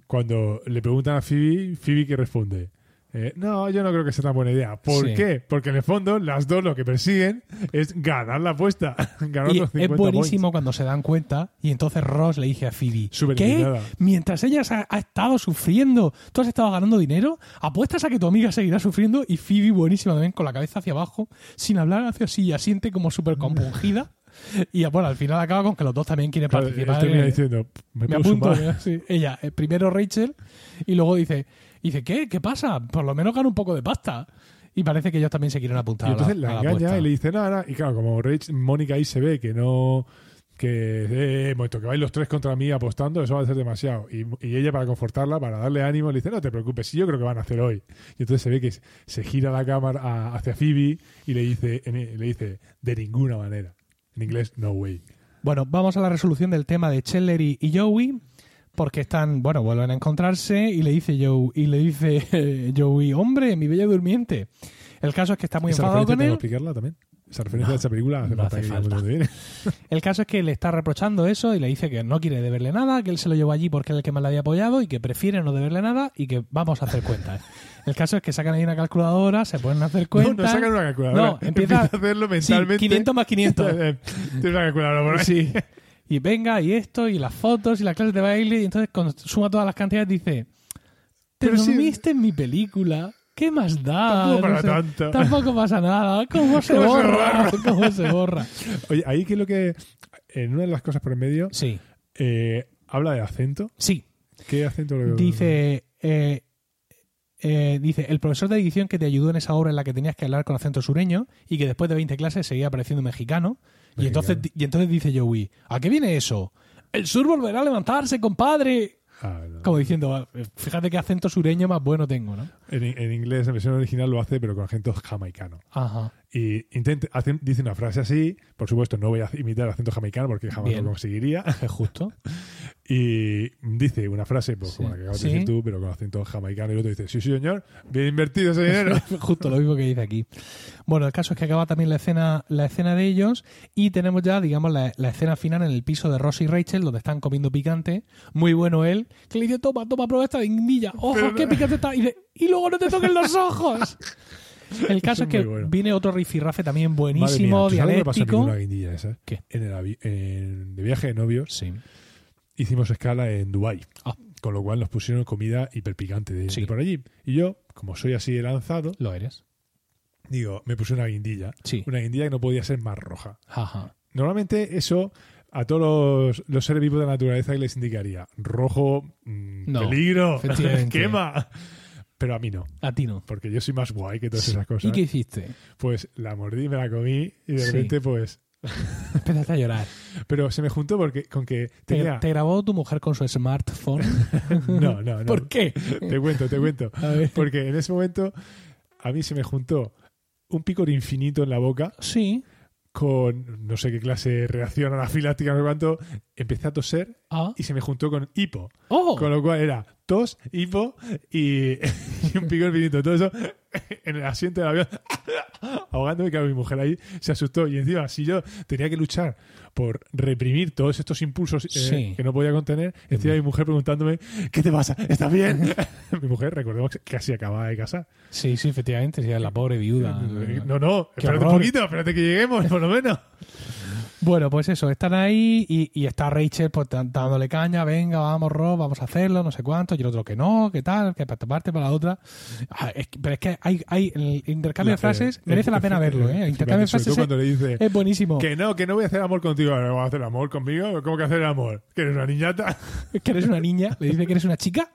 [SPEAKER 2] cuando le preguntan a Phoebe, Phoebe que responde. Eh, no, yo no creo que sea tan buena idea. ¿Por
[SPEAKER 1] Sí.
[SPEAKER 2] qué? Porque en el fondo las dos lo que persiguen es ganar la apuesta. *laughs* ganar
[SPEAKER 1] Y
[SPEAKER 2] los 50
[SPEAKER 1] es buenísimo
[SPEAKER 2] points.
[SPEAKER 1] cuando se dan cuenta y entonces Ross le dice a Phoebe,
[SPEAKER 2] Súper
[SPEAKER 1] ¿qué?
[SPEAKER 2] indignada.
[SPEAKER 1] Mientras ella ha, ha estado sufriendo, tú has estado ganando dinero, apuestas a que tu amiga seguirá sufriendo y Phoebe buenísima también con la cabeza hacia abajo, sin hablar hacia así, ya siente como súper compungida y bueno, al final acaba con que los dos también quieren
[SPEAKER 2] Claro, él
[SPEAKER 1] participar.
[SPEAKER 2] termina
[SPEAKER 1] en-
[SPEAKER 2] diciendo, me,
[SPEAKER 1] me
[SPEAKER 2] puedo
[SPEAKER 1] apunto.
[SPEAKER 2] sumar".
[SPEAKER 1] sí. Ella, eh, primero Rachel, y luego dice, dice, ¿qué? ¿Qué pasa? Por lo menos gana un poco de pasta. Y parece que ellos también se quieren apuntar
[SPEAKER 2] Y entonces
[SPEAKER 1] a la,
[SPEAKER 2] la,
[SPEAKER 1] a la
[SPEAKER 2] engaña
[SPEAKER 1] apuesta.
[SPEAKER 2] y le dice nada, nada. Y claro, como Rach- Mónica ahí se ve que no. Que, eh, momento, que vais los tres contra mí apostando, eso va a ser demasiado. Y, y ella, para confortarla, para darle ánimo, le dice: No te preocupes, sí, yo creo que van a hacer hoy. Y entonces se ve que se- se gira la cámara a- hacia Phoebe y le dice, en- le dice: De ninguna manera. En inglés, no way.
[SPEAKER 1] Bueno, vamos a la resolución del tema de Chandler y, y Joey, porque están, bueno, vuelven a encontrarse y le dice Joe, y le dice *laughs* eh, Joey, hombre, mi bella durmiente. El caso es que está muy
[SPEAKER 2] ¿Esa
[SPEAKER 1] enfadado
[SPEAKER 2] referencia
[SPEAKER 1] con
[SPEAKER 2] tengo que
[SPEAKER 1] él.
[SPEAKER 2] explicarla también? Esa referencia de esa película hace
[SPEAKER 1] no
[SPEAKER 2] falta
[SPEAKER 1] hace
[SPEAKER 2] que
[SPEAKER 1] falta. *laughs*
[SPEAKER 2] digamos dónde viene.
[SPEAKER 1] El caso es que le está reprochando eso y le dice que no quiere deberle nada, que él se lo llevó allí porque es el que más le había apoyado y que prefiere no deberle nada y que vamos a hacer cuentas. El caso es que sacan ahí una calculadora, se ponen a hacer
[SPEAKER 2] *laughs* No,
[SPEAKER 1] cuentas.
[SPEAKER 2] no sacan una calculadora.
[SPEAKER 1] No, empieza-
[SPEAKER 2] a hacerlo
[SPEAKER 1] Sí,
[SPEAKER 2] mentalmente.
[SPEAKER 1] 500 más 500.
[SPEAKER 2] *laughs* Tiene una calculadora por ahí. *laughs*
[SPEAKER 1] Sí. Y venga, y esto, y las fotos, y las clases de baile, y entonces cuando suma todas las cantidades dice, te
[SPEAKER 2] Pero sí.
[SPEAKER 1] dormiste en mi película, ¿qué más da?
[SPEAKER 2] Tampoco para
[SPEAKER 1] Ah, No sé,
[SPEAKER 2] tanto.
[SPEAKER 1] tampoco pasa nada, ¿cómo se
[SPEAKER 2] *laughs* ¿Cómo se
[SPEAKER 1] borra? *laughs* ¿Cómo se borra?
[SPEAKER 2] Oye, ahí que lo que. En una de las cosas por en medio,
[SPEAKER 1] Sí,
[SPEAKER 2] eh, habla de acento.
[SPEAKER 1] sí.
[SPEAKER 2] ¿Qué acento lo
[SPEAKER 1] Dice, eh, eh, dice, el profesor de edición que te ayudó en esa obra en la que tenías que hablar con acento sureño y que después de 20 clases seguía pareciendo mexicano. Y,
[SPEAKER 2] Mexicano.
[SPEAKER 1] entonces, y entonces dice Joey, ¿a qué viene eso? El sur volverá a levantarse, compadre.
[SPEAKER 2] Ah, no.
[SPEAKER 1] Como diciendo, eh, fíjate qué acento sureño más bueno tengo, ¿no?
[SPEAKER 2] En, en inglés, en versión original lo hace, pero con acento jamaicano.
[SPEAKER 1] Ajá.
[SPEAKER 2] Y intenta, hace- dice una frase así. Por supuesto, no voy a imitar el acento jamaicano porque jamás
[SPEAKER 1] Bien.
[SPEAKER 2] lo conseguiría.
[SPEAKER 1] Es justo. *laughs*
[SPEAKER 2] Y dice una frase, pues
[SPEAKER 1] Sí.
[SPEAKER 2] como la que acabas
[SPEAKER 1] Sí.
[SPEAKER 2] de decir tú, pero con acento jamaicano. Y el otro dice: Sí, sí, señor, bien invertido ese dinero.
[SPEAKER 1] justo lo mismo que dice aquí. Bueno, el caso es que acaba también la escena, la escena de ellos y tenemos ya, digamos, la, la escena final en el piso de Ross y Rachel, donde están comiendo picante. Muy bueno él, que le dice, toma, toma, prueba esta guindilla. ¡Ojo,
[SPEAKER 2] Pero- *laughs*
[SPEAKER 1] qué picante está! Y, dice, y luego no te toquen los ojos. El caso es
[SPEAKER 2] es
[SPEAKER 1] que
[SPEAKER 2] muy bueno.
[SPEAKER 1] viene otro rifirrafe también
[SPEAKER 2] Madre mía,
[SPEAKER 1] *laughs* buenísimo,
[SPEAKER 2] ¿tú sabes lo que me pasó a mí con
[SPEAKER 1] dialéctico.
[SPEAKER 2] la guindilla esa?
[SPEAKER 1] ¿Qué?
[SPEAKER 2] En el avi- en- de viaje de novios
[SPEAKER 1] Sí.
[SPEAKER 2] hicimos escala en Dubai
[SPEAKER 1] Ah.
[SPEAKER 2] con lo cual nos pusieron comida hiperpicante de,
[SPEAKER 1] Sí.
[SPEAKER 2] de por allí. Y yo, como soy así de lanzado,
[SPEAKER 1] Lo eres.
[SPEAKER 2] digo, me puse una guindilla.
[SPEAKER 1] Sí.
[SPEAKER 2] Una guindilla que no podía ser más roja.
[SPEAKER 1] Ajá.
[SPEAKER 2] Normalmente eso a todos los, los seres vivos de la naturaleza que les indicaría rojo, mm,
[SPEAKER 1] No,
[SPEAKER 2] peligro, *laughs*
[SPEAKER 1] efectivamente.
[SPEAKER 2] quema. Pero a mí no,
[SPEAKER 1] A ti no.
[SPEAKER 2] porque yo soy más guay que todas
[SPEAKER 1] Sí.
[SPEAKER 2] esas
[SPEAKER 1] ¿Y
[SPEAKER 2] cosas.
[SPEAKER 1] qué hiciste?
[SPEAKER 2] Pues la mordí, me la comí y de
[SPEAKER 1] Sí.
[SPEAKER 2] repente pues...
[SPEAKER 1] Empezaste a llorar.
[SPEAKER 2] Pero se me juntó porque con que
[SPEAKER 1] ¿Te,
[SPEAKER 2] tenía...
[SPEAKER 1] te grabó tu mujer con su smartphone?
[SPEAKER 2] *laughs* No, no,
[SPEAKER 1] *laughs*
[SPEAKER 2] no.
[SPEAKER 1] ¿Por qué?
[SPEAKER 2] Te cuento, te cuento.
[SPEAKER 1] A ver.
[SPEAKER 2] Porque en ese momento a mí se me juntó un picor infinito en la boca
[SPEAKER 1] Sí.
[SPEAKER 2] con no sé qué clase de reacción anafiláctica, no sé cuánto. Empecé a toser
[SPEAKER 1] Ah.
[SPEAKER 2] y se me juntó con hipo.
[SPEAKER 1] ¡Oh!
[SPEAKER 2] Con lo cual era tos, hipo y, *laughs* y un picor infinito. Todo eso en el asiento del avión, *laughs* ahogándome. Claro, mi mujer ahí se asustó. Y encima, si yo tenía que luchar por reprimir todos estos impulsos eh,
[SPEAKER 1] Sí. Mm.
[SPEAKER 2] que no podía contener, encima mi mujer preguntándome, ¿qué te pasa? ¿Estás bien? *laughs* mi mujer, recordemos que casi acababa de casar.
[SPEAKER 1] Sí, sí, efectivamente. Sí, la pobre viuda.
[SPEAKER 2] No, no,
[SPEAKER 1] Qué
[SPEAKER 2] espérate un
[SPEAKER 1] horror.
[SPEAKER 2] poquito, espérate que lleguemos, por
[SPEAKER 1] *laughs*
[SPEAKER 2] lo menos.
[SPEAKER 1] Bueno, pues eso, están ahí y, y está Rachel pues tan- dándole caña, venga, vamos Rob, vamos a hacerlo, no sé cuánto, y el otro que no, que tal, que para esta parte, para la otra. Ah, es que- pero es que hay, hay el intercambio de
[SPEAKER 2] La fe-
[SPEAKER 1] frases, merece la
[SPEAKER 2] *laughs*
[SPEAKER 1] pena verlo, ¿eh? El intercambio de
[SPEAKER 2] Sobre todo
[SPEAKER 1] frases
[SPEAKER 2] cuando
[SPEAKER 1] es,
[SPEAKER 2] le dice,
[SPEAKER 1] es buenísimo.
[SPEAKER 2] Que no, que no voy a hacer amor contigo. Ahora, ¿Vas a hacer amor conmigo? ¿Cómo que hacer amor? ¿Que eres
[SPEAKER 1] *laughs*
[SPEAKER 2] una niñata?
[SPEAKER 1] Que eres una niña, le dice que eres una chica.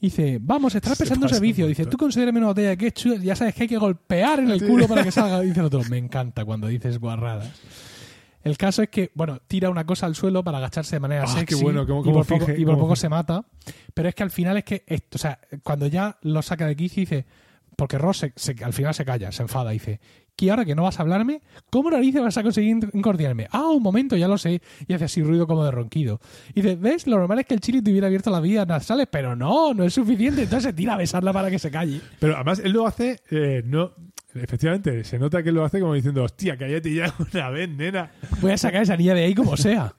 [SPEAKER 1] Dice, vamos, estarás
[SPEAKER 2] Se
[SPEAKER 1] pensando en
[SPEAKER 2] pasa
[SPEAKER 1] servicio.
[SPEAKER 2] un
[SPEAKER 1] Dice,
[SPEAKER 2] montón.
[SPEAKER 1] tú considérame una botella de ketchup, ya sabes que hay que golpear en el
[SPEAKER 2] Sí.
[SPEAKER 1] culo
[SPEAKER 2] *laughs*
[SPEAKER 1] para que salga. Dice el otro, me encanta cuando dices guarradas. El caso es que, bueno, tira una cosa al suelo para agacharse de manera
[SPEAKER 2] Ah,
[SPEAKER 1] sexy.
[SPEAKER 2] qué bueno, cómo-
[SPEAKER 1] y
[SPEAKER 2] cómo
[SPEAKER 1] por poco,
[SPEAKER 2] finge,
[SPEAKER 1] y por
[SPEAKER 2] cómo
[SPEAKER 1] poco
[SPEAKER 2] finge.
[SPEAKER 1] se mata. Pero es que al final es que, esto, o sea, cuando ya lo saca de quicio dice, porque Ross se- se- al final se calla, se enfada, dice, ¿que ahora que no vas a hablarme? ¿Cómo narices vas a conseguir incordiarme? Ah, un momento, ya lo sé. Y hace así ruido como de ronquido. Y dice, ¿ves? Lo normal es que el chili te hubiera abierto las vías nasales, pero no, no es suficiente. Entonces se tira a besarla para que se calle.
[SPEAKER 2] Pero además él lo hace, eh, no. Efectivamente, se nota que él lo hace como diciendo, hostia, cállate ya *laughs* una vez, nena.
[SPEAKER 1] Voy a sacar esa niña de ahí como sea.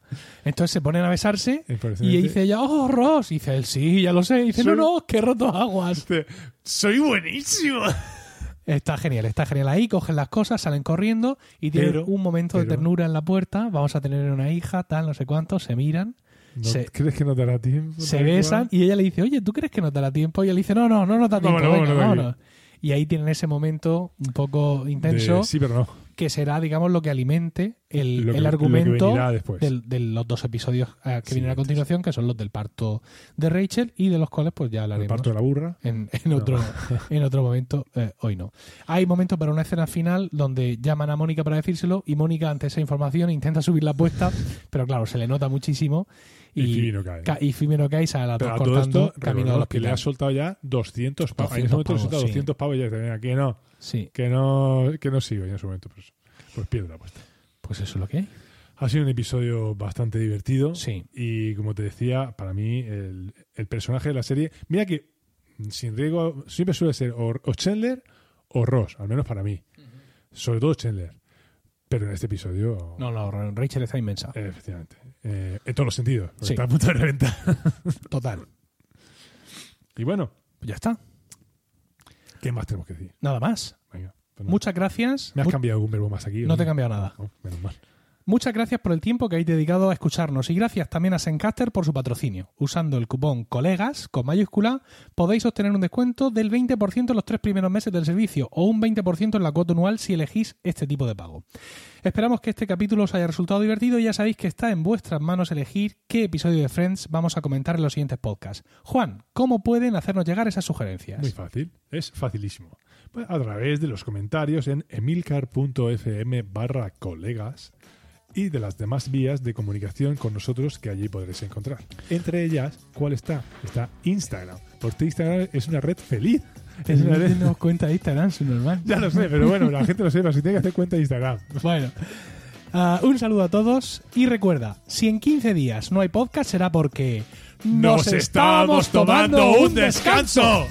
[SPEAKER 1] Entonces se ponen a besarse y dice ella, oh, Ross. Y dice él, sí, ya lo sé. Y dice, no,
[SPEAKER 2] Soy-
[SPEAKER 1] no, que he roto aguas.
[SPEAKER 2] Dice, Soy buenísimo.
[SPEAKER 1] *laughs* Está genial, está genial ahí. Cogen las cosas, salen corriendo y tienen
[SPEAKER 2] Pero-
[SPEAKER 1] un momento de
[SPEAKER 2] pero-
[SPEAKER 1] ternura en la puerta. Vamos a tener una hija, tal, no sé cuánto. Se miran.
[SPEAKER 2] ¿No
[SPEAKER 1] Se-
[SPEAKER 2] ¿Crees que no te dará tiempo?
[SPEAKER 1] se
[SPEAKER 2] tal
[SPEAKER 1] besan
[SPEAKER 2] cual?
[SPEAKER 1] y ella le dice, oye, ¿tú crees que nos dará tiempo? Y él dice, no, no, no nos da tiempo,
[SPEAKER 2] Vámonos,
[SPEAKER 1] venga,
[SPEAKER 2] vámonos de
[SPEAKER 1] vámonos. Y ahí tienen ese momento un poco
[SPEAKER 2] De-
[SPEAKER 1] intenso
[SPEAKER 2] sí, pero no.
[SPEAKER 1] que será, digamos, lo que alimente el,
[SPEAKER 2] Lo que-
[SPEAKER 1] el
[SPEAKER 2] lo que
[SPEAKER 1] argumento
[SPEAKER 2] venirá después.
[SPEAKER 1] del- de los dos episodios eh, que vienen a
[SPEAKER 2] Siguientes.
[SPEAKER 1] continuación, que son los del parto de Rachel y de los cuales pues ya
[SPEAKER 2] El
[SPEAKER 1] hablaremos
[SPEAKER 2] parto de la burra.
[SPEAKER 1] en, *laughs* en otro, en otro momento, eh, hoy no. Hay momentos para una escena final donde llaman a Mónica para decírselo y Mónica ante esa información intenta subir la apuesta,
[SPEAKER 2] *laughs*
[SPEAKER 1] pero claro, se le nota muchísimo y,
[SPEAKER 2] Y Phoebe no cae.
[SPEAKER 1] ca- y Phoebe no cae y sale a las
[SPEAKER 2] Pero
[SPEAKER 1] dos
[SPEAKER 2] a todo
[SPEAKER 1] cortando
[SPEAKER 2] esto,
[SPEAKER 1] camino al
[SPEAKER 2] recordemos que le
[SPEAKER 1] hospital.
[SPEAKER 2] ha soltado ya 200 pavos. en
[SPEAKER 1] 200
[SPEAKER 2] ese momento le ha
[SPEAKER 1] pavos,
[SPEAKER 2] soltado
[SPEAKER 1] sí.
[SPEAKER 2] 200 pavos y ya dice, venga, que no,
[SPEAKER 1] Sí,
[SPEAKER 2] que no, que no sigo. Y en ese momento, pues, pues pierde la apuesta.
[SPEAKER 1] pues eso es lo que hay.
[SPEAKER 2] Ha sido un episodio bastante divertido.
[SPEAKER 1] Sí.
[SPEAKER 2] Y como te decía, para mí el, el personaje de la serie, mira que mm, sin riesgo siempre suele ser o, o Chandler o Ross, al menos para mí. Sobre todo Chandler. Pero en este episodio,
[SPEAKER 1] No, no, Rachel está inmensa.
[SPEAKER 2] eh, efectivamente, eh, en todos los sentidos, porque
[SPEAKER 1] Sí.
[SPEAKER 2] está a punto de reventar.
[SPEAKER 1] Total.
[SPEAKER 2] Y bueno,
[SPEAKER 1] Pues ya está.
[SPEAKER 2] ¿qué más tenemos que decir?
[SPEAKER 1] Nada más.
[SPEAKER 2] Venga, pues nada.
[SPEAKER 1] Muchas gracias.
[SPEAKER 2] ¿Me has
[SPEAKER 1] Mu-
[SPEAKER 2] cambiado algún verbo más aquí?
[SPEAKER 1] No
[SPEAKER 2] ¿o
[SPEAKER 1] te he cambiado nada.
[SPEAKER 2] No, menos mal.
[SPEAKER 1] Muchas gracias por el tiempo que habéis dedicado a escucharnos y gracias también a Sencaster por su patrocinio. Usando el cupón COLEGAS con mayúscula podéis obtener un descuento del 20% en los tres primeros meses del servicio o un 20% en la cuota anual si elegís este tipo de pago. Esperamos que este capítulo os haya resultado divertido y ya sabéis que está en vuestras manos elegir qué episodio de Friends vamos a comentar en los siguientes podcasts. Juan, ¿cómo pueden hacernos llegar esas sugerencias? *laughs*
[SPEAKER 2] Muy fácil, es facilísimo. Pues A través de los comentarios en emilcar.fm barra colegas y de las demás vías de comunicación con nosotros que allí podréis encontrar. Entre ellas, ¿cuál está? Está Instagram. Porque Instagram es una red feliz. *laughs* Es una red-
[SPEAKER 1] Tenemos cuenta de Instagram, su normal.
[SPEAKER 2] Ya lo sé, pero bueno, la gente lo sepa, si tiene que hacer cuenta de Instagram.
[SPEAKER 1] *laughs* Bueno, ah, un saludo a todos y recuerda, si en 15 días no hay podcast será porque
[SPEAKER 2] ¡Nos estamos tomando un descanso!